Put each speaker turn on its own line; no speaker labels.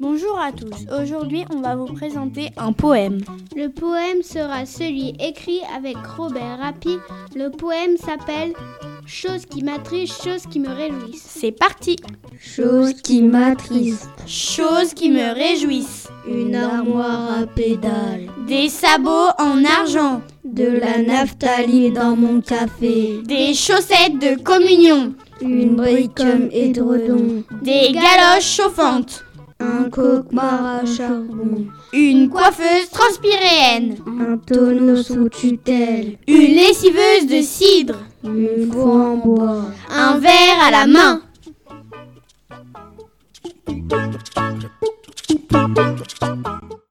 Bonjour à tous. Aujourd'hui, on va vous présenter un poème.
Le poème sera celui écrit avec Robert Rappi. Le poème s'appelle Choses qui m'attristent, choses qui me réjouissent.
C'est parti.
Chose qui m'attriste,
Choses qui me réjouissent.
une armoire à pédales,
Des sabots en argent.
de la naphtaline dans mon café,
Des chaussettes de communion.
une brique comme édredon,
Des galoches chauffantes.
un cauchemar à charbon,
Une coiffeuse transpiréenne.
un tonneau sous tutelle,
Une lessiveuse de cidre.
une croix en bois.
Un verre à la main.